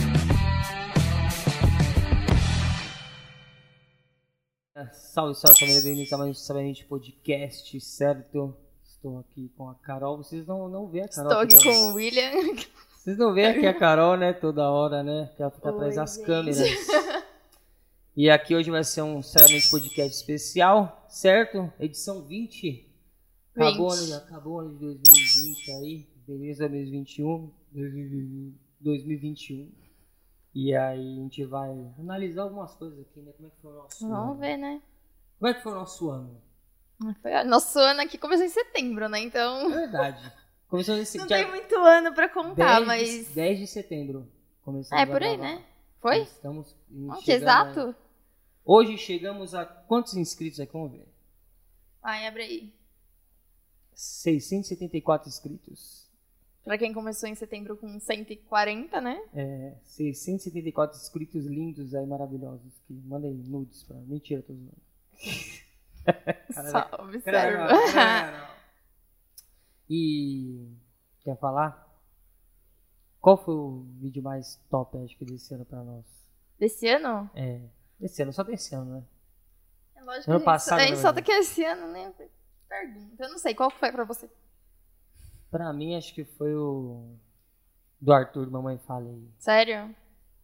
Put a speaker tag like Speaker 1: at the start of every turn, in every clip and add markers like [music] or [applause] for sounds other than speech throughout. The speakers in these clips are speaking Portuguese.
Speaker 1: galera, É, salve, salve família, bem-vindos a mais um Sabamente Podcast, certo? Estou aqui com a Carol, vocês não, não vê a Carol.
Speaker 2: Estou aqui
Speaker 1: porque-
Speaker 2: com o William.
Speaker 1: Vocês não veem
Speaker 2: [laughs]
Speaker 1: aqui a Carol, né, toda hora, né, que ela fica atrás
Speaker 2: Oi,
Speaker 1: das
Speaker 2: gente.
Speaker 1: câmeras. E aqui hoje vai ser um Sabamente Podcast especial, certo? Edição 20, acabou,
Speaker 2: 20.
Speaker 1: né, acabou ano de 2020 aí, beleza, 2021, 2021. E aí a gente vai analisar algumas coisas aqui, né, como é que foi o nosso... ano.
Speaker 2: Vamos ver, né?
Speaker 1: Como é que foi o nosso ano?
Speaker 2: Foi a- Nosso ano aqui começou em setembro, né? Então.
Speaker 1: Verdade. Começou nesse
Speaker 2: Não
Speaker 1: dia
Speaker 2: tem muito ano pra contar,
Speaker 1: 10 de-
Speaker 2: mas.
Speaker 1: 10 de setembro. Começou
Speaker 2: É, por aí, né? Foi?
Speaker 1: Estamos em-
Speaker 2: Ontem,
Speaker 1: chegando né? a-
Speaker 2: exato?
Speaker 1: Hoje chegamos a quantos inscritos aqui? Vamos ver.
Speaker 2: Ai, abre aí.
Speaker 1: 674 inscritos.
Speaker 2: Pra quem começou em setembro com 140, né?
Speaker 1: É, 674 inscritos lindos aí, maravilhosos. Que mandem nudes pra mim. Mentira, tô
Speaker 2: [laughs]
Speaker 1: zoando. Caralho.
Speaker 2: Salve,
Speaker 1: Caralho,
Speaker 2: [laughs] salve.
Speaker 1: caralho. E quer falar? Qual foi o vídeo mais top, acho que desse ano pra nós?
Speaker 2: Desse ano?
Speaker 1: É. Esse ano, só desse ano, né?
Speaker 2: É lógico
Speaker 1: Ano
Speaker 2: que
Speaker 1: passado,
Speaker 2: a gente, a gente
Speaker 1: na
Speaker 2: só tá
Speaker 1: verdade.
Speaker 2: aqui esse ano, né? Pergunta. Eu não sei qual que foi pra você.
Speaker 1: Pra mim, acho que foi o. Do Arthur, do mamãe falei.
Speaker 2: Sério?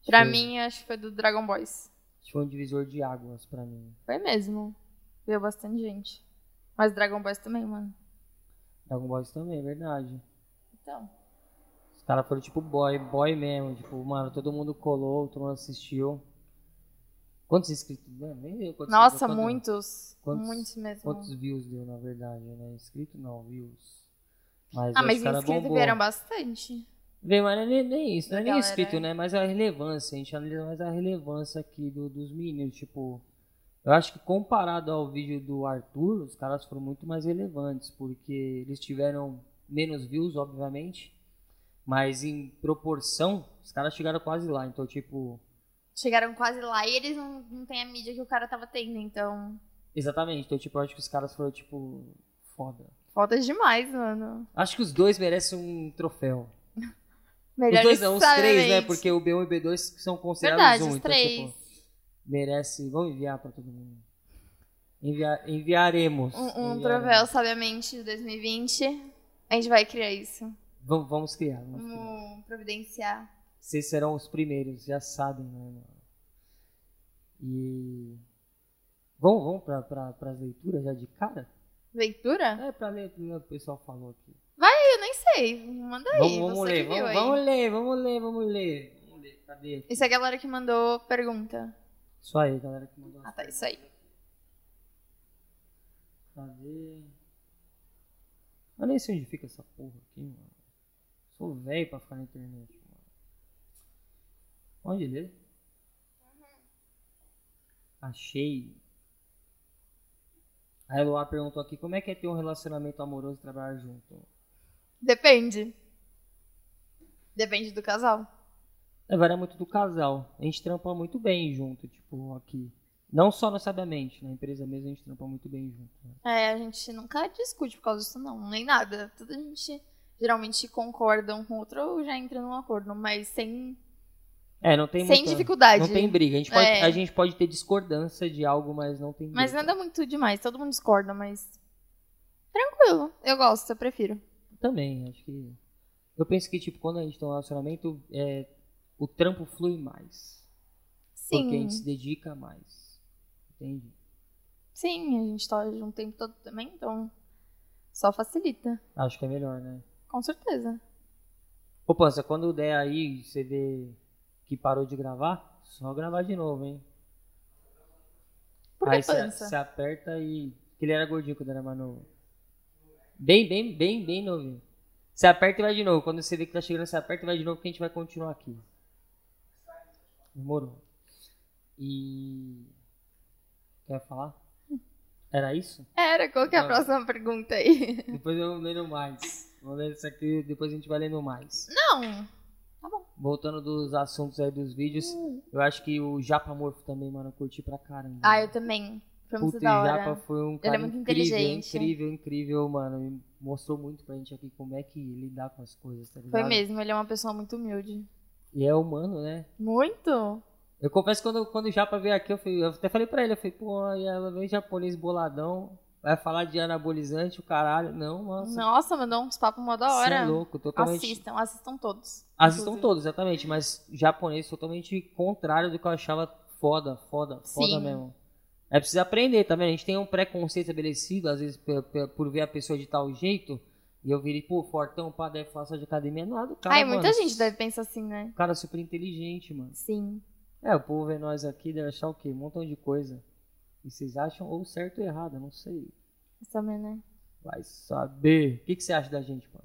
Speaker 2: Pra
Speaker 1: Foi-
Speaker 2: mim, acho que foi do Dragon Boys.
Speaker 1: acho que Foi um divisor de águas pra mim.
Speaker 2: Foi mesmo. Veio bastante gente. Mas Dragon Boys também, mano.
Speaker 1: Dragon Boys também, é verdade.
Speaker 2: Então.
Speaker 1: Os caras foram tipo boy, boy mesmo. Tipo, mano, todo mundo colou, todo mundo assistiu. Quantos inscritos? Mano, nem eu quantos
Speaker 2: Nossa,
Speaker 1: quantos-
Speaker 2: muitos.
Speaker 1: quantos-
Speaker 2: muitos mesmo.
Speaker 1: Quantos views deu, na verdade, né? Inscrito não, views. Mas
Speaker 2: ah,
Speaker 1: os
Speaker 2: mas
Speaker 1: cara
Speaker 2: inscritos
Speaker 1: bombou.
Speaker 2: vieram bastante.
Speaker 1: Vem, mas não é nem, nem isso, não é nem
Speaker 2: Galera.
Speaker 1: escrito, né? Mas a relevância, a gente analisa mais a relevância aqui do- dos meninos, tipo. Eu acho que comparado ao vídeo do Arthur, os caras foram muito mais relevantes, porque eles tiveram menos views, obviamente, mas em proporção, os caras chegaram quase lá. Então, tipo,
Speaker 2: Chegaram quase lá e eles não, não têm a mídia que o cara tava tendo, então.
Speaker 1: exatamente. Então, tipo, eu acho que os caras foram, tipo, foda.
Speaker 2: Falta demais, mano.
Speaker 1: Acho que os dois merecem um troféu.
Speaker 2: Melhor
Speaker 1: os dois não, os três, né? Porque o B1 e o B2 são considerados
Speaker 2: Verdade,
Speaker 1: um.
Speaker 2: os
Speaker 1: então,
Speaker 2: três.
Speaker 1: tipo, merece. Vamos enviar pra todo mundo. Envia- enviaremos.
Speaker 2: Um, um
Speaker 1: Enviaremos.
Speaker 2: troféu, sabiamente, de 2020. A gente vai criar isso.
Speaker 1: Vamos, vamos criar. Vamos
Speaker 2: Um.
Speaker 1: criar.
Speaker 2: Vamos providenciar.
Speaker 1: Vocês serão os primeiros, já sabem, né? mano? E. Vamos, vamos pra, pra, pras leituras já de cara?
Speaker 2: Leitura?
Speaker 1: É, pra ler, o pessoal falou aqui.
Speaker 2: Eu nem sei. Manda aí.
Speaker 1: vamos vamos
Speaker 2: você
Speaker 1: ler,
Speaker 2: que viu
Speaker 1: vamos,
Speaker 2: aí.
Speaker 1: vamos ler, vamos ler, vamos ler. Vamos ler, cadê?
Speaker 2: Isso é a galera que mandou pergunta.
Speaker 1: Isso aí, galera que mandou.
Speaker 2: Ah, tá, isso aí.
Speaker 1: Cadê? Eu nem sei onde fica essa porra aqui, mano. Sou velho pra ficar na internet, mano. Onde é? lê? Achei. A Eloá perguntou aqui como é que é ter um relacionamento amoroso e trabalhar junto.
Speaker 2: Depende. Depende do casal.
Speaker 1: É, varia muito do casal. A gente trampa muito bem junto, tipo, aqui. Não só no Sabiamente, na empresa mesmo a gente trampa muito bem junto. né?
Speaker 2: É, a gente nunca discute por causa disso, não, nem nada. Tudo a gente geralmente concorda um com o outro ou já entra num acordo, mas sem,
Speaker 1: É, não tem
Speaker 2: sem
Speaker 1: muita-
Speaker 2: dificuldade.
Speaker 1: Não tem briga. A gente, pode,
Speaker 2: É.
Speaker 1: a gente pode ter discordância de algo, mas não tem briga.
Speaker 2: Mas nada muito demais, todo mundo discorda, mas. Tranquilo, eu gosto, eu prefiro.
Speaker 1: Também, acho que. Eu penso que, tipo, quando a gente tem um relacionamento, é, o trampo flui mais. Porque a
Speaker 2: Sim,
Speaker 1: gente se dedica mais. Entende?
Speaker 2: sim, a gente tá um tempo todo também, então só facilita,
Speaker 1: Acho que é melhor, né?
Speaker 2: com certeza.
Speaker 1: Ô, Pança, quando der aí, você vê que parou de gravar, só gravar de novo, hein?
Speaker 2: Por
Speaker 1: aí
Speaker 2: que
Speaker 1: você
Speaker 2: pança?
Speaker 1: você aperta e. Porque ele era gordinho quando era mais novo. Bem, bem, bem, bem novinho. Você aperta e vai de novo. Quando você vê que tá chegando, você aperta e vai de novo, que a gente vai continuar aqui. Demorou. E. Quer falar? Era isso?
Speaker 2: [laughs] Era, qual que é a
Speaker 1: Não.
Speaker 2: próxima pergunta aí? [laughs]
Speaker 1: Depois eu lendo mais. Vou ler isso aqui, depois a gente vai lendo mais.
Speaker 2: Não, tá bom.
Speaker 1: Voltando dos assuntos aí dos vídeos, eu acho que o Japa Morfo também, mano, eu curti pra caramba.
Speaker 2: Hum. Ah, eu também. Foi muito
Speaker 1: Puta, e
Speaker 2: da hora. é
Speaker 1: Japa foi um cara
Speaker 2: muito
Speaker 1: incrível,
Speaker 2: inteligente.
Speaker 1: incrível, incrível, mano. E mostrou muito pra gente aqui como é que lidar com as coisas, tá ligado?
Speaker 2: Foi mesmo, ele é uma pessoa muito humilde.
Speaker 1: E é humano, né?
Speaker 2: Muito?
Speaker 1: Eu confesso que quando, quando o Japa veio aqui, eu, fui- eu até falei pra ele, eu falei, pô, aí ela veio japonês boladão, vai falar de anabolizante, o caralho. Não, nossa.
Speaker 2: Nossa, mandou uns papos mó da
Speaker 1: Você é
Speaker 2: hora.
Speaker 1: louco, totalmente.
Speaker 2: Assistam, assistam todos.
Speaker 1: Assistam
Speaker 2: inclusive.
Speaker 1: todos, exatamente, mas japonês totalmente contrário do que eu achava foda, foda, foda
Speaker 2: Sim.
Speaker 1: mesmo. É preciso aprender também. A gente tem um preconceito estabelecido, às vezes, por, por- por ver a pessoa de tal jeito. E eu virei, pô, fortão, pá, deve falar só de academia. Não é do cara.
Speaker 2: Ai,
Speaker 1: mano.
Speaker 2: muita gente deve pensar assim, né?
Speaker 1: Um cara super inteligente, mano.
Speaker 2: Sim.
Speaker 1: É, o povo vê nós aqui, deve achar o quê? Um montão de coisa. E vocês acham ou certo ou errado, eu não sei.
Speaker 2: Mas também, né?
Speaker 1: Vai saber. O que, que você acha da gente, parça?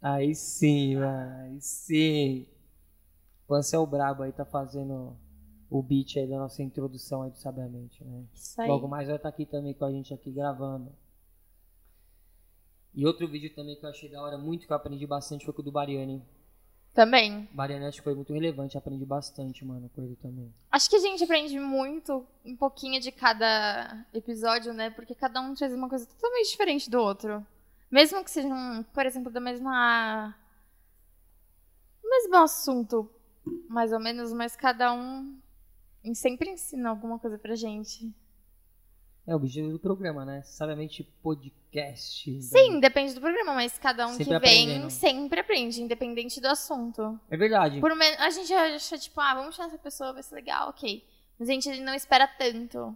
Speaker 1: Aí sim, mano. Aí sim. Pança é o brabo aí, tá fazendo o beat aí da nossa introdução aí do Sabiamente, né?
Speaker 2: Isso aí.
Speaker 1: Logo mais vai estar aqui também com a gente aqui gravando. E outro vídeo também que eu achei da hora muito, que eu aprendi bastante, foi com o do Bariani.
Speaker 2: Também.
Speaker 1: Bariani acho que foi muito relevante, aprendi bastante, mano, com ele também.
Speaker 2: Acho que a gente aprende muito, um pouquinho de cada episódio, né? Porque cada um traz uma coisa totalmente diferente do outro. Mesmo que sejam, por exemplo, da mesma. do mesmo assunto, mais ou menos, mas cada um sempre ensina alguma coisa pra gente.
Speaker 1: É o objetivo do programa, né? Sabiamente podcast. né?
Speaker 2: Sim, depende do programa, mas cada um
Speaker 1: Sempre
Speaker 2: que vem
Speaker 1: aprendendo.
Speaker 2: sempre aprende, independente do assunto.
Speaker 1: É verdade.
Speaker 2: Por menos a gente acha, tipo, ah, vamos chamar essa pessoa, vai ser legal, ok. Mas a gente não espera tanto.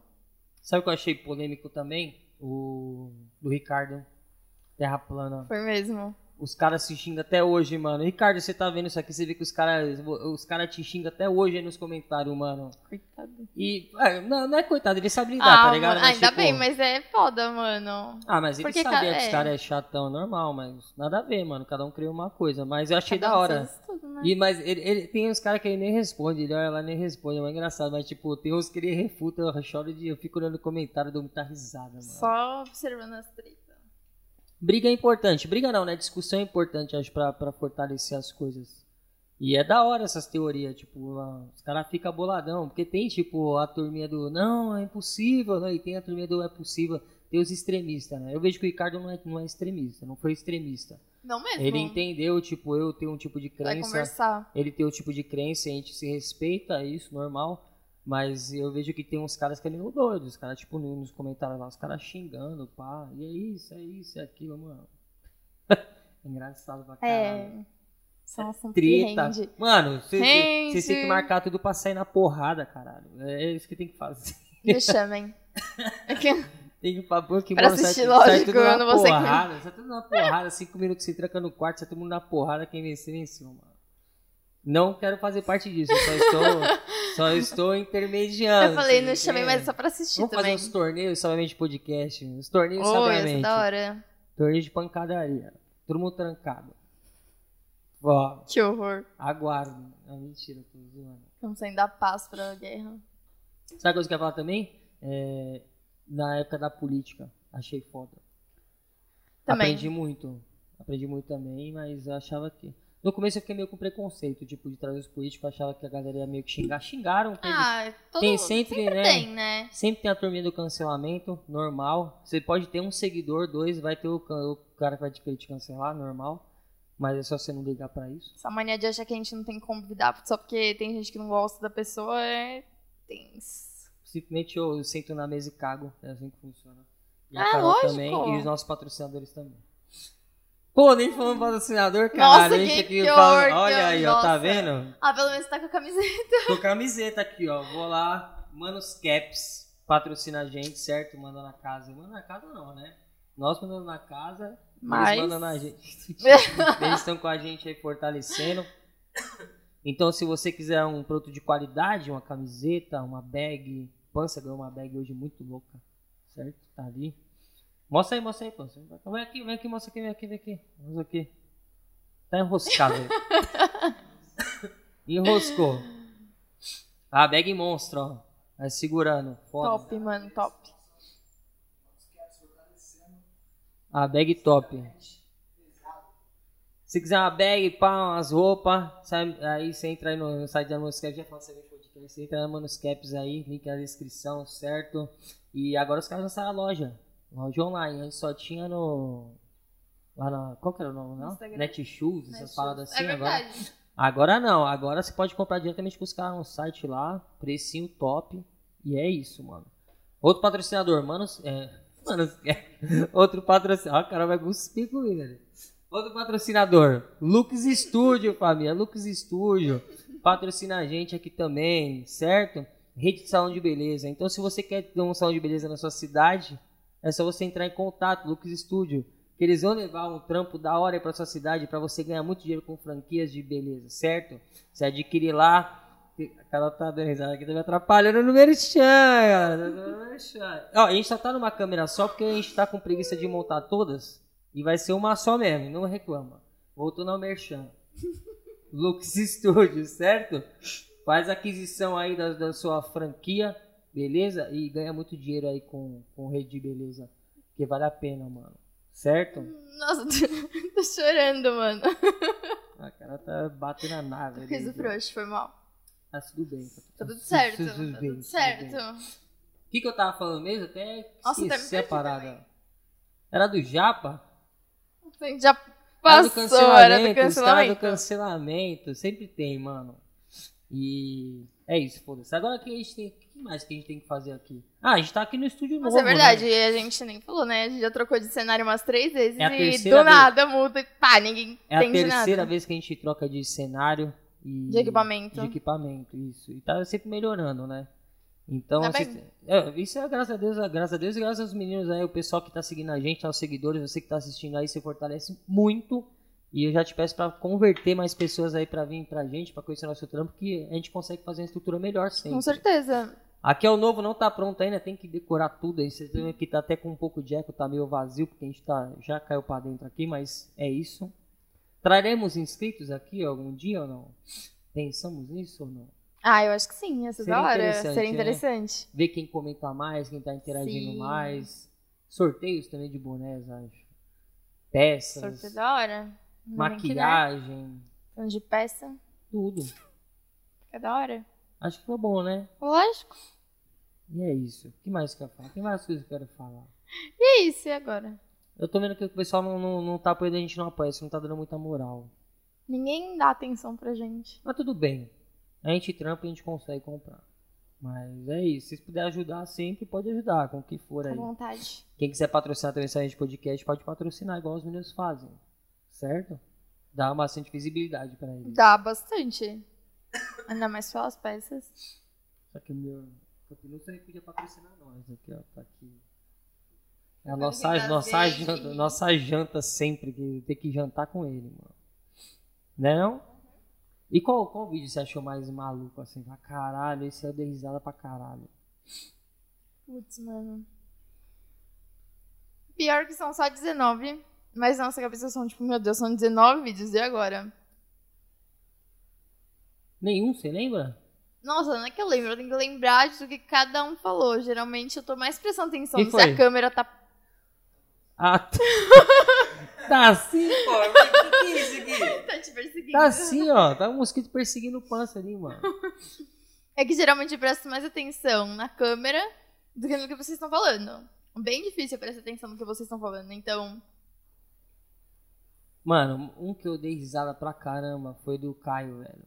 Speaker 1: Sabe o que eu achei polêmico também? O do Ricardo, Terra Plana.
Speaker 2: Foi mesmo.
Speaker 1: Os caras se xingam até hoje, mano. Ricardo, você tá vendo isso aqui, você vê que os caras os cara te xingam até hoje aí nos comentários, mano.
Speaker 2: Coitado.
Speaker 1: E, é, não, não é coitado, ele sabe lidar,
Speaker 2: Ah,
Speaker 1: tá ligado?
Speaker 2: mano, ainda
Speaker 1: tipo,
Speaker 2: bem, mas é foda, mano.
Speaker 1: Ah, mas ele
Speaker 2: Porque
Speaker 1: sabia
Speaker 2: ca-
Speaker 1: que os
Speaker 2: é.
Speaker 1: caras é chatão, é normal, mas nada a ver, mano. Cada um criou uma coisa. Mas eu achei
Speaker 2: Cada
Speaker 1: da
Speaker 2: um
Speaker 1: hora.
Speaker 2: faz tudo, né?
Speaker 1: E, mas ele, ele- tem uns caras que ele nem responde, ele olha lá e nem responde, é mais engraçado. Mas, tipo, tem uns que ele refuta, eu choro de. Eu fico olhando o comentário, dou muita risada, mano.
Speaker 2: Só observando as tretas.
Speaker 1: Briga é importante. Briga não, né? Discussão é importante, acho, pra, pra fortalecer as coisas. E é da hora essas teorias, tipo, ah, os caras ficam boladão, porque tem, tipo, a turminha do não, é impossível, né? E tem a turminha do é possível, tem os extremistas, né? Eu vejo que o Ricardo não é, não é extremista, não foi extremista.
Speaker 2: Não mesmo.
Speaker 1: Ele entendeu, tipo, eu tenho um tipo de
Speaker 2: É Vai
Speaker 1: crença,
Speaker 2: conversar.
Speaker 1: ele tem o tipo de crença, a gente se respeita, é isso, normal. Mas eu vejo que tem uns caras que é meio doido, os caras, tipo, no- nos comentários lá, os caras xingando, pá, e é isso, é isso, é aquilo, mano. [laughs] Engraçado pra caralho.
Speaker 2: É. São assuntos que
Speaker 1: Treta.
Speaker 2: rende.
Speaker 1: Mano, vocês
Speaker 2: Rende.
Speaker 1: têm que marcar tudo pra sair na porrada, caralho. É isso que tem que fazer. [laughs]
Speaker 2: Me chamem. É que-
Speaker 1: Tem que pra pôr que
Speaker 2: Pra
Speaker 1: mano, sai,
Speaker 2: assistir,
Speaker 1: sai
Speaker 2: lógico,
Speaker 1: tudo na
Speaker 2: eu não vou ser
Speaker 1: porrada. Sai tudo na porrada, cinco minutos se tranca no quarto, sai todo mundo na porrada, quem vencer, venceu, mano. Não quero fazer parte disso, eu só estou,
Speaker 2: [laughs]
Speaker 1: só estou intermediando.
Speaker 2: Eu [laughs] falei,
Speaker 1: assim,
Speaker 2: não chamei,
Speaker 1: é.
Speaker 2: mas é só pra assistir
Speaker 1: Vamos fazer
Speaker 2: também.
Speaker 1: uns torneios somente de podcast, uns torneios
Speaker 2: Oi,
Speaker 1: somente.
Speaker 2: essa é da hora.
Speaker 1: Torneio de pancadaria, todo mundo trancado. Ó,
Speaker 2: Que horror.
Speaker 1: aguardo. Ah, mentira, tô zoando.
Speaker 2: Estamos saindo da paz pra guerra.
Speaker 1: Sabe a coisa que eu ia falar também? É, na época da política, achei foda.
Speaker 2: Também.
Speaker 1: Aprendi muito. Aprendi muito também, mas eu achava que. No começo eu fiquei meio com preconceito, tipo, de trazer os políticos, eu achava que a galera ia meio que xingar. Xingaram, teve-
Speaker 2: Ah, todo
Speaker 1: tem
Speaker 2: mundo
Speaker 1: sempre, né?
Speaker 2: tem, né?
Speaker 1: Sempre tem a turminha do cancelamento, normal. Você pode ter um seguidor, dois, vai ter o, ca- o cara que vai te querer te cancelar, normal. Mas é só você não ligar pra isso.
Speaker 2: Essa mania de achar que a gente não tem que convidar só porque tem gente que não gosta da pessoa é tenso.
Speaker 1: Simplesmente eu, eu sento na mesa e cago. É assim que funciona. E
Speaker 2: Ah, lógico.
Speaker 1: também e os nossos patrocinadores também. Pô, nem falando patrocinador, caralho.
Speaker 2: que-
Speaker 1: a gente aqui
Speaker 2: que
Speaker 1: fala-
Speaker 2: horror, que-
Speaker 1: Olha aí, ó, tá
Speaker 2: nossa.
Speaker 1: vendo?
Speaker 2: Ah, pelo menos tá com a camiseta.
Speaker 1: Tô com camiseta aqui, ó. Vou lá, Manos Caps patrocina a gente, certo? Manda na casa. Manda na casa não, né? Nós mandamos na casa,
Speaker 2: Mas.
Speaker 1: eles mandam na gente. [laughs] eles estão com a gente aí fortalecendo. Então, se você quiser um produto de qualidade, uma camiseta, uma bag, Pança ganhou uma bag hoje muito louca, certo? Tá ali. Mostra aí, mostra aí, Pança. Vem aqui, vem aqui, mostra aqui, vem aqui, vem aqui. Mostra aqui. Tá enroscado aí. [laughs] Enroscou. A bag monstro, ó. Vai segurando. Foda.
Speaker 2: Top, mano, top.
Speaker 1: A bag top. Se quiser uma bag, pá, umas roupas, sabe? aí você entra aí no site da Manuscaps, já fala sobre o podcast, você entra na Manuscaps aí, link na descrição, certo? E agora os caras lançaram a loja, loja online, antes só tinha no... Lá na, qual que era o nome, não?
Speaker 2: Instagram?
Speaker 1: Netshoes, essas paradas assim
Speaker 2: é
Speaker 1: agora.
Speaker 2: verdade.
Speaker 1: Agora não, agora você pode comprar diretamente com os caras no site lá, precinho top. E é isso, mano. Outro patrocinador, mano. É, [laughs] mano é, outro patrocinador. Ó, o cara vai cuspir comigo, velho. Outro patrocinador, Lux Studio, família. Lux Studio. Patrocina a gente aqui também, certo? Rede de salão de beleza. Então, se você quer ter um salão de beleza na sua cidade, é só você entrar em contato, Lux Studio que eles vão levar um trampo da hora para sua cidade para você ganhar muito dinheiro com franquias de beleza, certo? Você adquirir lá. A Carol tá dando risada aqui, tá me atrapalhando no merchan, tá cara. Ó, a gente só tá numa câmera só porque a gente tá com preguiça de montar todas e vai ser uma só mesmo, não reclama. Voltando ao merchan. [laughs] Lux Studio, certo? Faz aquisição aí da, da sua franquia, beleza? E ganha muito dinheiro aí com, com rede de beleza, que vale a pena, mano certo?
Speaker 2: Nossa, [laughs] tô, tô, chorando, mano.
Speaker 1: A cara tá batendo a nave.
Speaker 2: Fiz o frouxo, foi mal.
Speaker 1: Tá tudo bem.
Speaker 2: Tá tudo certo. Tudo, tudo, tudo, bem, tudo certo.
Speaker 1: O que, que eu tava falando mesmo? Até Nossa, esqueci a parada. Também. Era do Japa?
Speaker 2: Sim, já
Speaker 1: Tá
Speaker 2: passou, era do cancelamento. Era do cancelamento.
Speaker 1: do cancelamento. Sempre tem, mano. E é isso, foda-se. Agora que a gente tem que mais que a gente tem que fazer aqui? Ah, a gente tá aqui no estúdio Mas novo.
Speaker 2: Mas é verdade,
Speaker 1: né?
Speaker 2: a gente nem falou, né? A gente já trocou de cenário umas três vezes é e do nada vez. muda e pá, ninguém
Speaker 1: é
Speaker 2: entende
Speaker 1: nada. É a terceira
Speaker 2: nada.
Speaker 1: vez que a gente troca de cenário e.
Speaker 2: De equipamento.
Speaker 1: De equipamento, isso. E tá sempre melhorando, né? Então, tá vocês... é, isso é graças a Deus, graças a Deus e graças aos meninos aí, o pessoal que tá seguindo a gente, aos seguidores, você que tá assistindo aí, se fortalece muito. E eu já te peço para converter mais pessoas aí para vir pra gente, para conhecer nosso trampo, que a gente consegue fazer uma estrutura melhor sempre. né?
Speaker 2: Com certeza.
Speaker 1: Aqui é o novo, não tá pronto ainda, tem que decorar tudo. Esse aqui tá até com um pouco de eco, tá meio vazio, porque a gente tá, já caiu para dentro aqui, mas é isso. Traremos inscritos aqui algum dia ou não? Pensamos nisso ou não?
Speaker 2: Ah, eu acho que sim, essa Seria hora. Interessante, Seria interessante.
Speaker 1: Né? Ver quem comenta mais, quem tá interagindo sim. mais. Sorteios também de bonés, acho. Peças.
Speaker 2: Sorteio da né? hora.
Speaker 1: Não maquiagem.
Speaker 2: Tanto de peça.
Speaker 1: Tudo.
Speaker 2: É da hora.
Speaker 1: Acho que foi bom, né?
Speaker 2: Lógico.
Speaker 1: E é isso. O que mais que eu falo? Tem várias coisas que eu quero falar.
Speaker 2: E é isso, e agora?
Speaker 1: Eu tô vendo que o pessoal não, não, não tá apoiando a gente não apoia, isso não tá dando muita moral.
Speaker 2: Ninguém dá atenção pra gente.
Speaker 1: Mas tudo bem. A gente trampa e a gente consegue comprar. Mas é isso. Se puder ajudar sempre, pode ajudar, com o que for aí.
Speaker 2: Com vontade.
Speaker 1: Quem quiser patrocinar também essa gente podcast, pode patrocinar, igual os meninos fazem certo? Dá bastante visibilidade para ele.
Speaker 2: Dá bastante. Ainda mais só as peças.
Speaker 1: Só que o meu capilu também podia patrocinar nós aqui, ó. Tá aqui. É a nossa, nossa, nossa, janta, nossa janta sempre, que ter que jantar com ele, mano. Né não? E qual, qual vídeo você achou mais maluco, assim, pra caralho? Esse é o de risada pra caralho.
Speaker 2: Putz, mano. Pior que são só 19. Mas nossa cabeça são tipo, meu Deus, são 19 vídeos, e agora?
Speaker 1: Nenhum, você lembra?
Speaker 2: Nossa, não é que eu lembro, eu tenho que lembrar do que cada um falou. Geralmente eu tô mais prestando atenção se a câmera tá. [laughs]
Speaker 1: Ah, t... tá assim, pô.
Speaker 2: O que é isso aqui? Tá te perseguindo.
Speaker 1: Tá assim, ó. Tá um mosquito perseguindo o pança ali, mano.
Speaker 2: [laughs] É que geralmente eu presto mais atenção na câmera do que no que vocês estão falando. Bem difícil eu prestar atenção no que vocês estão falando, então.
Speaker 1: Mano, um que eu dei risada pra caramba foi do Caio, velho.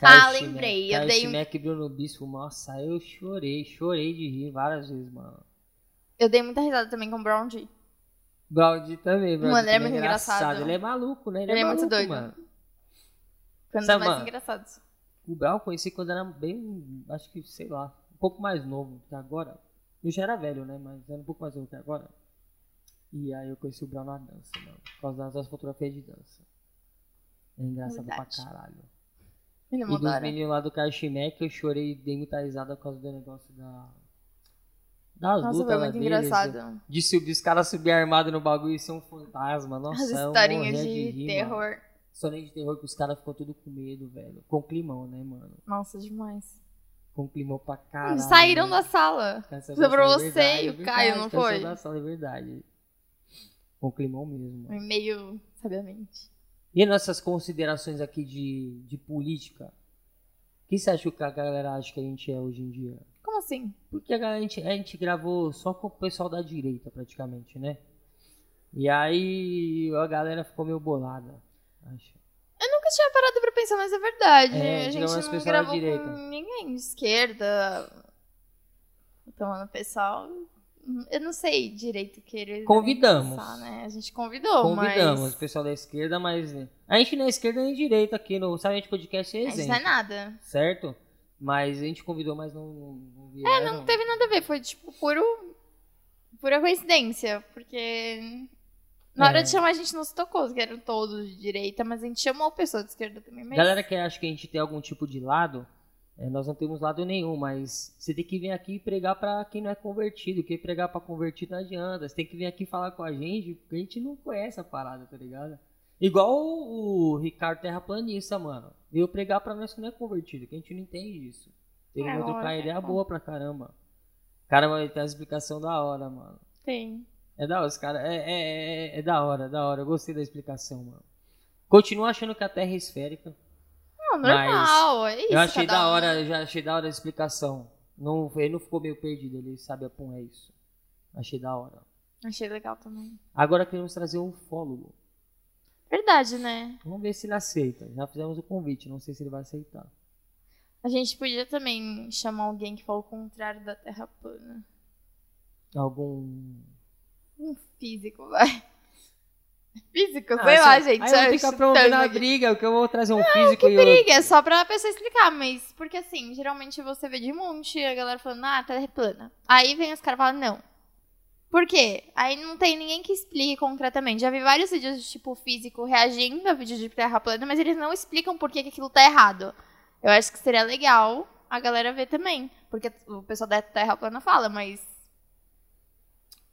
Speaker 2: Caio ah, Schmeck. lembrei.
Speaker 1: Caio
Speaker 2: eu dei
Speaker 1: Schmeck, um... Bruno Bispo, nossa, eu chorei, chorei de rir várias vezes, mano.
Speaker 2: Eu dei muita risada também com o Brown G.
Speaker 1: Brown G também, Brown
Speaker 2: Mano, ele é muito engraçado. engraçado.
Speaker 1: Ele é maluco, né?
Speaker 2: Ele,
Speaker 1: ele é,
Speaker 2: maluco,
Speaker 1: muito doido.
Speaker 2: Mano. Foi um dos mais mano, engraçados.
Speaker 1: O Brown eu conheci quando era bem, acho que, sei lá, um pouco mais novo que agora. Eu já era velho, né? Mas era um pouco mais novo que agora. E aí eu conheci o Brown na dança, mano. Por causa das nossas fotografias de dança. É engraçado Verdade. pra caralho.
Speaker 2: Ele é
Speaker 1: e dos meninos lá do Caiximec, eu chorei dei muita risada por causa do negócio da. Das
Speaker 2: Nossa,
Speaker 1: lutas né?
Speaker 2: foi muito engraçado.
Speaker 1: De subir, os caras subir armado no bagulho e ser um fantasma. Nossa,
Speaker 2: As
Speaker 1: é um
Speaker 2: historinhas
Speaker 1: de,
Speaker 2: de
Speaker 1: terror. Só nem de terror que os caras ficam tudo com medo, velho. Com climão, né, mano?
Speaker 2: Nossa, demais
Speaker 1: com climão pra caralho.
Speaker 2: Hum,
Speaker 1: é
Speaker 2: Saíram da sala. Sobrou você verdade, e o Caio, verdade, não foi?
Speaker 1: da sala, é verdade. Com climão mesmo. Mano.
Speaker 2: Meio sabiamente.
Speaker 1: E nossas considerações aqui de, de política? O que você acha que a galera acha que a gente é hoje em dia?
Speaker 2: Como assim?
Speaker 1: Porque a, galera, a, gente, a gente gravou só com o pessoal da direita, praticamente, né? E aí a galera ficou meio bolada, acho.
Speaker 2: Eu nunca tinha parado pra pensar, mas é verdade.
Speaker 1: É,
Speaker 2: a
Speaker 1: digamos,
Speaker 2: gente não
Speaker 1: pessoal da
Speaker 2: gravou
Speaker 1: direita.
Speaker 2: com ninguém de esquerda. Então, mano, o pessoal. Eu não sei direito o que eles.
Speaker 1: Convidamos.
Speaker 2: pensar, né? A gente convidou,
Speaker 1: Convidamos
Speaker 2: mas.
Speaker 1: o pessoal da esquerda, mas né, a gente não é esquerda nem direita aqui no Sabe, a gente podcast é
Speaker 2: A gente não é
Speaker 1: exemplo,
Speaker 2: nada.
Speaker 1: certo? Mas a gente convidou, mas não, não vieram.
Speaker 2: É, não teve nada a ver. Foi, tipo, puro. Pura coincidência. Porque. Na hora
Speaker 1: É.
Speaker 2: de chamar, a gente não se tocou, que eram todos de direita, mas a gente chamou pessoa de esquerda também. Mas...
Speaker 1: Galera que acha que a gente tem algum tipo de lado, é, nós não temos lado nenhum, mas você tem que vir aqui pregar pra quem não é convertido. Quem pregar pra convertido não adianta. Você tem que vir aqui falar com a gente, porque a gente não conhece a parada, tá ligado? Igual o, o Ricardo Terraplanista, mano. Veio pregar pra nós que não é convertido, que a gente não entende isso. Teve
Speaker 2: É,
Speaker 1: que trocar
Speaker 2: lógico.
Speaker 1: ideia boa pra caramba. Caramba, ele tem uma explicação da hora, mano.
Speaker 2: Tem.
Speaker 1: É da hora, os caras. É, é, é, é da hora, da hora. Eu gostei da explicação, mano. Continua achando que a Terra é esférica.
Speaker 2: Não,
Speaker 1: Mas
Speaker 2: normal. é isso.
Speaker 1: Eu achei
Speaker 2: cada
Speaker 1: da
Speaker 2: um-
Speaker 1: hora, eu já achei da hora a explicação. Não, ele não ficou meio perdido, ele sabe a pum, é isso. Achei da hora.
Speaker 2: Achei legal também.
Speaker 1: Agora queremos trazer um ufólogo.
Speaker 2: Verdade, né?
Speaker 1: Vamos ver se ele aceita. Já fizemos o convite, não sei se ele vai aceitar.
Speaker 2: A gente podia também chamar alguém que fala o contrário da Terra plana.
Speaker 1: Algum.
Speaker 2: Um físico, vai. Físico,
Speaker 1: Ah,
Speaker 2: sei lá,
Speaker 1: assim,
Speaker 2: gente.
Speaker 1: Aí
Speaker 2: só
Speaker 1: vai ficar promovendo a
Speaker 2: chutando.
Speaker 1: é briga, porque eu vou trazer um físico e outro.
Speaker 2: briga, é só pra pessoa explicar, mas porque assim, geralmente você vê de monte a galera falando, ah, terra é plana. Aí vem os caras falando, não. Por quê? Aí não tem ninguém que explique concretamente. Já vi vários vídeos de tipo físico reagindo a vídeos de terra plana, mas eles não explicam por que, que aquilo tá errado. Eu acho que seria legal a galera ver também. Porque o pessoal da terra plana fala, mas.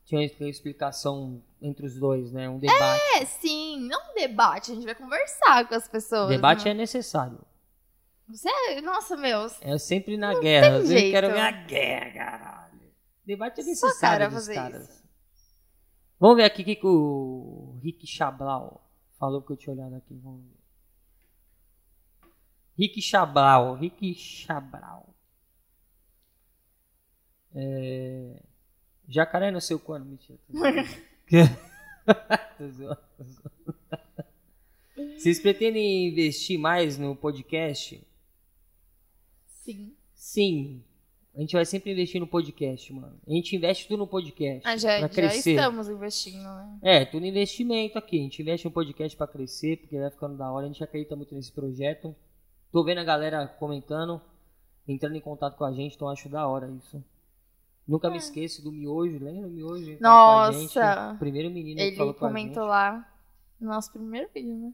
Speaker 1: Tinha uma explicação entre os dois, né? Um debate.
Speaker 2: É, sim, não debate, a gente vai conversar com as pessoas.
Speaker 1: debate
Speaker 2: né?
Speaker 1: é necessário.
Speaker 2: é. Nossa, meu,
Speaker 1: É sempre na guerra. Eu sempre
Speaker 2: jeito.
Speaker 1: quero ganhar a guerra, caralho. Debate é
Speaker 2: Só
Speaker 1: necessário
Speaker 2: cara
Speaker 1: dos
Speaker 2: fazer
Speaker 1: caras. Vamos ver aqui o que, que o Rick Chablau falou que eu tinha olhado aqui. Vamos ver. Rick Chablau. Rick Chablau. É... Jacaré não sei o quando, mentira. Tô zoando. [laughs] Tô zoando, tô zoando. Vocês pretendem investir mais no podcast?
Speaker 2: sim.
Speaker 1: Sim. A gente vai sempre investir no podcast, mano. A gente investe tudo no podcast.
Speaker 2: Ah, já,
Speaker 1: pra
Speaker 2: já
Speaker 1: crescer.
Speaker 2: estamos investindo, né?
Speaker 1: É, tudo investimento aqui. A gente investe no podcast pra crescer, porque vai ficando da hora. A gente acredita muito nesse projeto. Tô vendo a galera comentando, entrando em contato com a gente, então acho da hora isso. Nunca me esqueço do Miojo, lembra o Miojo? Ele falou com a gente.
Speaker 2: É. Nossa.
Speaker 1: O primeiro menino que
Speaker 2: Ele
Speaker 1: falou com a
Speaker 2: comentou
Speaker 1: gente.
Speaker 2: lá no nosso primeiro vídeo, né?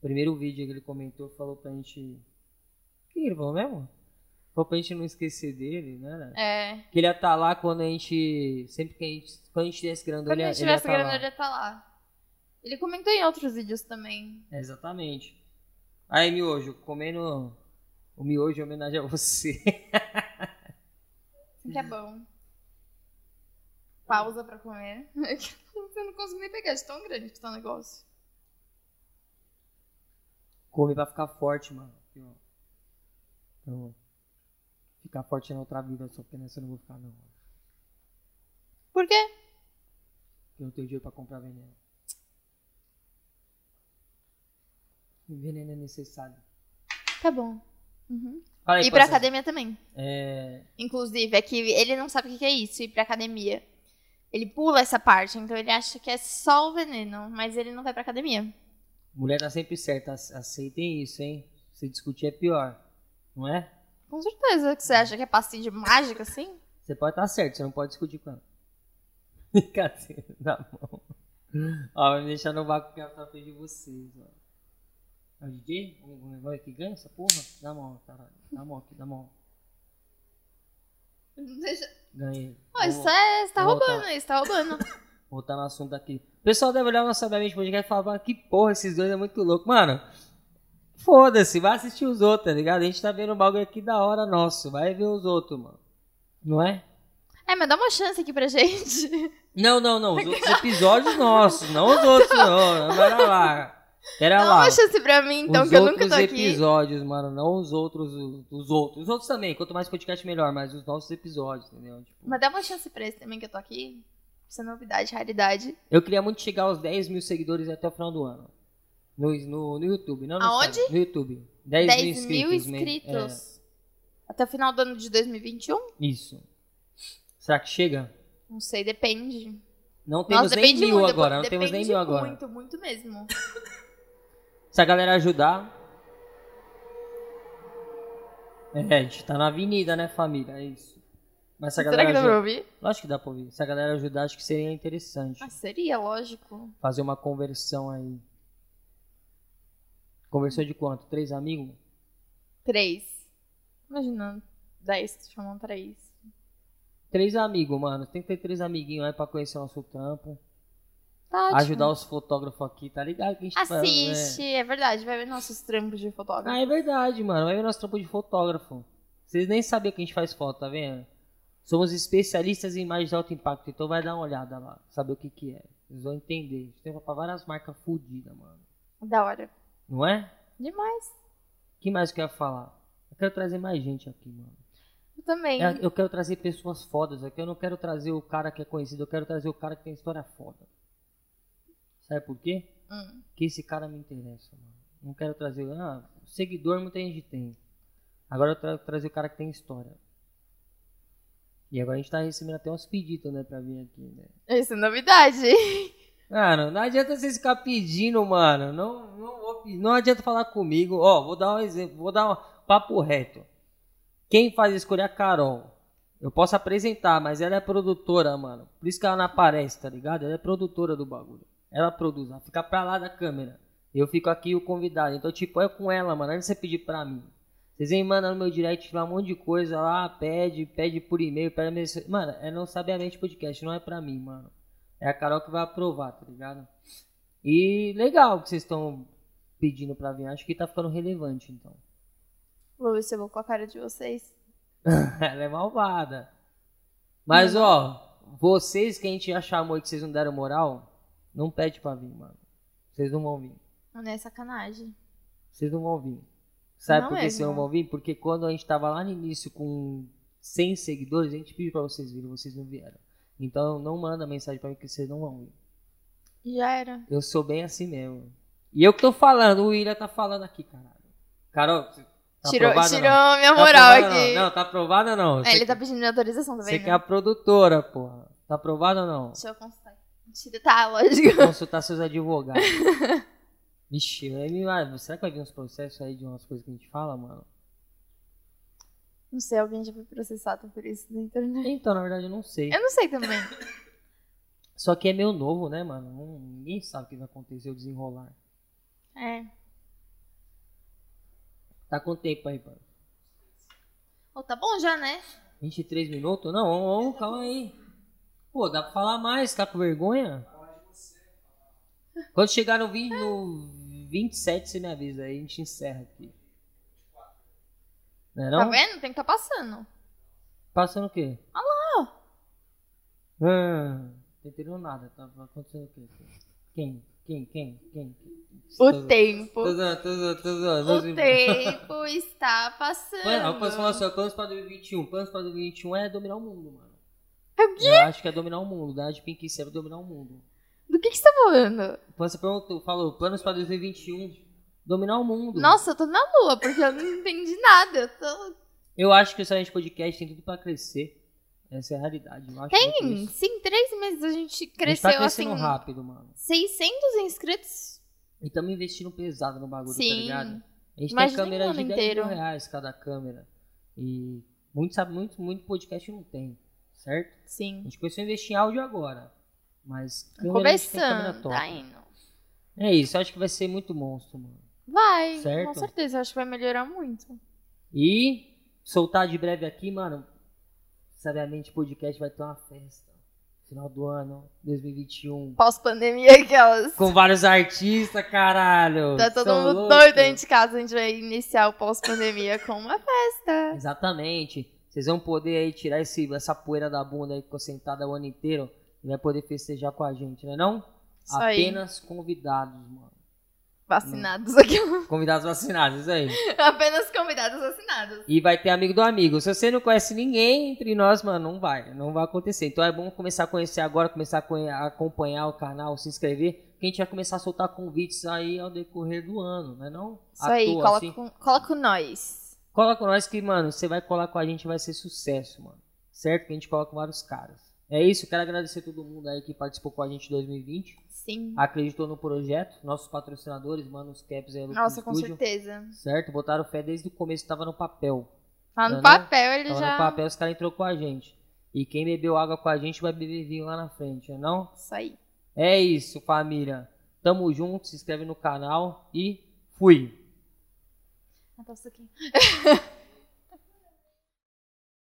Speaker 1: Primeiro vídeo que ele comentou, falou pra gente... O que ele falou mesmo? Falou pra gente não esquecer dele, né?
Speaker 2: É.
Speaker 1: Que ele ia estar lá quando a gente. Sempre que a gente. Quando a gente tivesse grandolha,
Speaker 2: Quando a gente
Speaker 1: ele ia
Speaker 2: tivesse
Speaker 1: tá lá.
Speaker 2: grana, ele ia estar lá. Ele comentou em outros vídeos também.
Speaker 1: É, Exatamente. Aí, miojo, comendo. O miojo em homenagem a você. [laughs]
Speaker 2: Assim que é
Speaker 1: Uhum.
Speaker 2: bom. Pausa pra comer. [laughs] Eu não consigo nem pegar de tão grande que tá o negócio.
Speaker 1: Come pra ficar forte, mano. Aqui, ó. Então, ficar forte na outra vida, só porque nessa eu não vou ficar, não.
Speaker 2: Por quê?
Speaker 1: Porque eu não tenho dinheiro pra comprar veneno. Veneno é necessário.
Speaker 2: Tá bom. Uhum.
Speaker 1: Fala aí,
Speaker 2: E pra
Speaker 1: parceiro.
Speaker 2: academia também.
Speaker 1: É,
Speaker 2: Inclusive, é que ele não sabe o que que é isso, ir pra academia. Ele pula essa parte, então ele acha que é só o veneno, mas ele não vai pra academia.
Speaker 1: mulher tá sempre certa. ace- Aceitem isso, hein? Se discutir é pior. Não é?
Speaker 2: Com certeza. Que você acha que é passinho de mágica, [laughs] assim?
Speaker 1: Você pode estar certo, você não pode discutir com ela. [laughs] Brincadeira, na mão. Ó, vai me deixar no vácuo que ela tá feio de vocês, ó. É o DJ? O o negócio que ganha essa porra? Dá a mão, caralho. Dá a mão aqui, dá a mão. Ganhei.
Speaker 2: Ó,
Speaker 1: Vou
Speaker 2: isso é. Você tá
Speaker 1: vou voltar.
Speaker 2: roubando aí, você tá roubando.
Speaker 1: Voltar no assunto aqui. O pessoal deve olhar o nosso obviamente podcast e falar, "Mano, que porra, esses dois é muito louco. Mano, foda-se, vai assistir os outros, tá ligado? A gente tá vendo um bagulho aqui da hora nosso, vai ver os outros, mano. Não é?
Speaker 2: É, mas dá uma chance aqui pra gente.
Speaker 1: Não, não, não. Os outros episódios nossos, não os outros, não. Pera lá. Pera
Speaker 2: Dá
Speaker 1: lá.
Speaker 2: uma chance pra mim, então,
Speaker 1: os
Speaker 2: que eu
Speaker 1: outros
Speaker 2: nunca tô aqui.
Speaker 1: episódios, mano. Não os outros, os, os outros. Os outros também. Quanto mais podcast, melhor. Mas os nossos episódios, entendeu? Tipo,
Speaker 2: Mas dá uma chance pra esse também que eu tô aqui. Isso é novidade, raridade.
Speaker 1: Eu queria muito chegar aos 10 mil seguidores até o final do ano. No, no, no YouTube, não no
Speaker 2: Aonde?
Speaker 1: Instagram, No YouTube. 10,
Speaker 2: 10
Speaker 1: mil inscritos. né? É. men-
Speaker 2: Até o final do ano de 2021?
Speaker 1: é, isso. Será que chega?
Speaker 2: Não sei, depende.
Speaker 1: Não temos
Speaker 2: Nossa,
Speaker 1: nem
Speaker 2: depende
Speaker 1: mil
Speaker 2: muito.
Speaker 1: agora, não temos
Speaker 2: depende
Speaker 1: nem mil agora.
Speaker 2: Muito, muito mesmo.
Speaker 1: Se a galera ajudar. É, a gente tá na avenida, né, família? É isso. Mas se a
Speaker 2: Será
Speaker 1: galera
Speaker 2: que dá pra
Speaker 1: ajudar.
Speaker 2: ouvir?
Speaker 1: Lógico que dá pra ouvir. Se a galera ajudar, acho que seria interessante.
Speaker 2: Ah, seria, lógico.
Speaker 1: Fazer uma conversão aí. Conversão de quanto? Três amigos?
Speaker 2: Três. Imagina, dez, chamam três.
Speaker 1: Três amigos, mano. Tem que ter três amiguinhos aí pra conhecer o nosso trampo.
Speaker 2: Tá ótimo.
Speaker 1: Ajudar os fotógrafos aqui, tá ligado? Que a gente faz, né?
Speaker 2: Assiste, é verdade, vai ver nossos trampos de fotógrafo.
Speaker 1: Ah, é verdade, mano. Vai ver nosso trampo de fotógrafo. Vocês nem sabiam que a gente faz foto, tá vendo? Somos especialistas em imagens de alto impacto, então vai dar uma olhada lá, saber o que que é. Vocês vão entender. A gente tem pra várias marcas fodidas, mano.
Speaker 2: Da hora.
Speaker 1: Não é?
Speaker 2: Demais.
Speaker 1: O que mais que eu ia falar? Eu quero trazer mais gente aqui, mano.
Speaker 2: Eu também. né?
Speaker 1: É, Eu quero trazer pessoas fodas aqui. Eu não quero trazer o cara que é conhecido, eu quero trazer o cara que tem história foda. Sabe por quê?
Speaker 2: Hum.
Speaker 1: que esse cara me interessa, mano. Não quero trazer. Ah, seguidor muita gente tem. Agora eu quero trazer o cara que tem história. E agora a gente tá recebendo até uns pedidos, né, pra vir aqui, né?
Speaker 2: Isso é novidade.
Speaker 1: Cara, não adianta vocês ficar pedindo, mano. Não, não, vou pe- não adianta falar comigo. Ó, vou dar um exemplo, vou dar um papo reto. Quem faz a escolha é a Carol. Eu posso apresentar, mas ela é produtora, mano. Por isso que ela não aparece, tá ligado? Ela é produtora do bagulho. Ela produz, ela fica pra lá da câmera. Eu fico aqui o convidado. Então, tipo, é com ela, mano. Antes de você pedir pra mim. Vocês vêm mandando no meu direct lá um monte de coisa lá, pede, pede por e-mail, pede mensagem. Mano, é não sabiamente podcast, não é pra mim, mano. É a Carol que vai aprovar, tá ligado? E legal que vocês estão pedindo pra vir. Acho que tá ficando relevante, então.
Speaker 2: [laughs]
Speaker 1: [laughs]
Speaker 2: Vou ver se eu vou com a cara de vocês.
Speaker 1: Ela é malvada. Mas, ó, vocês que a gente já chamou e que vocês não deram moral, não pede pra vir, mano. Vocês não vão vir.
Speaker 2: Não é sacanagem.
Speaker 1: Vocês não vão vir. Sabe
Speaker 2: Não
Speaker 1: por que
Speaker 2: mesmo.
Speaker 1: vocês não vão vir? Porque quando a gente tava lá no início com 100 seguidores, a gente pediu pra vocês virem, vocês não vieram. Então não manda mensagem pra mim que vocês não vão vir.
Speaker 2: Já era.
Speaker 1: Eu sou bem assim mesmo. E eu que tô falando, o William tá falando aqui, caralho. Carol, tá
Speaker 2: tirou
Speaker 1: aprovada
Speaker 2: tirou
Speaker 1: ou não?
Speaker 2: minha
Speaker 1: Tá
Speaker 2: moral
Speaker 1: aprovada ou
Speaker 2: aqui.
Speaker 1: Não? não, tá aprovada ou não?
Speaker 2: É,
Speaker 1: Você
Speaker 2: ele
Speaker 1: que-
Speaker 2: tá pedindo minha autorização também.
Speaker 1: Você
Speaker 2: né?
Speaker 1: que é a produtora, porra. Tá aprovado ou não?
Speaker 2: Deixa eu consultar. Mentira, tá, lógico.
Speaker 1: Consultar seus advogados. Vixe, aí me- ah, será que vai vir uns processos aí de umas coisas que a gente fala, mano?
Speaker 2: [laughs] Não sei, alguém já foi processado por isso na internet.
Speaker 1: Então, na verdade, eu não sei.
Speaker 2: Eu não sei [laughs] também.
Speaker 1: Só que é meio novo, né, mano? Não- Ninguém sabe o que vai acontecer, o desenrolar.
Speaker 2: É.
Speaker 1: Tá com tempo aí, mano.
Speaker 2: Ô, tá bom já, né?
Speaker 1: 23 minutos? Não, ô, ô, calma aí. Pô, dá pra falar mais, tá com vergonha? Quando chegar no, 20, no 27, você me avisa aí, a gente encerra aqui. Não é não?
Speaker 2: Tá vendo? Tem que tá passando.
Speaker 1: Passando o quê? Alô? Ah, não entendeu nada, tá acontecendo o quê? Quem? Quem? Quem? Quem?
Speaker 2: O
Speaker 1: Tô-
Speaker 2: tempo.
Speaker 1: Tô zoando, tô zoando, tô zoando. [laughs]
Speaker 2: O tempo está
Speaker 1: Mano, eu
Speaker 2: passando.
Speaker 1: posso falar assim, ó, planos pra 2021. Planos pra 2021 é dominar o mundo, mano.
Speaker 2: É o
Speaker 1: Eu acho que é dominar o mundo, da de Pink Cell é dominar o mundo.
Speaker 2: Do que, que você tá falando?
Speaker 1: Quando você perguntou, falou, planos pra 2021, dominar o mundo.
Speaker 2: Nossa, eu tô na lua, porque eu não entendi nada. Eu tô...
Speaker 1: Eu acho que o Silent Podcast tem tudo pra crescer. Essa é a realidade. Eu acho muito
Speaker 2: Tem,
Speaker 1: isso.
Speaker 2: sim, três meses a gente
Speaker 1: A gente
Speaker 2: cresceu
Speaker 1: tá crescendo
Speaker 2: assim.
Speaker 1: rápido, mano.
Speaker 2: 600 inscritos?
Speaker 1: E estamos investindo pesado no bagulho, tá
Speaker 2: Sim.
Speaker 1: ligado? A gente
Speaker 2: Imagina
Speaker 1: tem câmera
Speaker 2: um
Speaker 1: de
Speaker 2: ano
Speaker 1: 10 mil
Speaker 2: inteiro.
Speaker 1: reais cada câmera. E muito, sabe, muito, muito podcast não tem, certo? A
Speaker 2: Sim.
Speaker 1: gente começou a investir em áudio agora. Mas câmera, a gente tem câmera
Speaker 2: Começando,
Speaker 1: top.
Speaker 2: tá indo.
Speaker 1: É isso, eu acho que vai ser muito monstro, mano.
Speaker 2: Vai,
Speaker 1: Certo.
Speaker 2: com certeza, eu acho que vai melhorar muito.
Speaker 1: E soltar de breve aqui, mano. Seriamente, o podcast vai ter uma festa. Final do ano, 2021.
Speaker 2: Pós-pandemia, aquelas.
Speaker 1: Com vários artistas, caralho.
Speaker 2: Tá todo
Speaker 1: São
Speaker 2: mundo
Speaker 1: loucos.
Speaker 2: doido dentro de casa. A gente vai iniciar o pós-pandemia com uma festa.
Speaker 1: Exatamente. Vocês vão poder aí tirar esse, essa poeira da bunda aí que ficou sentada o ano inteiro e vai poder festejar com a gente, né não?
Speaker 2: Isso aí.
Speaker 1: Apenas convidados, mano.
Speaker 2: Vacinados aqui. [laughs]
Speaker 1: Convidados vacinados, isso aí.
Speaker 2: Apenas convidados assinados.
Speaker 1: E vai ter amigo do amigo. Se você não conhece ninguém entre nós, mano, não vai. Não vai acontecer. Então é bom começar a conhecer agora, começar a conhe- a acompanhar o canal, se inscrever. que a gente vai começar a soltar convites aí ao decorrer do ano, né? Não
Speaker 2: Isso
Speaker 1: à
Speaker 2: aí,
Speaker 1: toa,
Speaker 2: coloca,
Speaker 1: assim.
Speaker 2: com, coloca o nós.
Speaker 1: Cola com nós que, mano, você vai colar com a gente vai ser sucesso, mano. Certo? Que a gente cola com vários caras. É isso, quero agradecer a todo mundo aí que participou com a gente em 2020.
Speaker 2: Sim.
Speaker 1: Acreditou no projeto. Nossos patrocinadores, mano, os caps aí do
Speaker 2: Nossa, com
Speaker 1: Estúdio,
Speaker 2: certeza.
Speaker 1: Certo? Botaram fé desde o começo, tava no papel.
Speaker 2: Lá
Speaker 1: Não,
Speaker 2: no
Speaker 1: não.
Speaker 2: papel ele
Speaker 1: Tava
Speaker 2: já.
Speaker 1: né? Tá no papel, os caras entrou com a gente. E quem bebeu água com a gente vai beber vinho lá na frente, não é não?
Speaker 2: Isso aí.
Speaker 1: É isso, família. Tamo junto, se inscreve no canal e fui.
Speaker 2: Aposto que-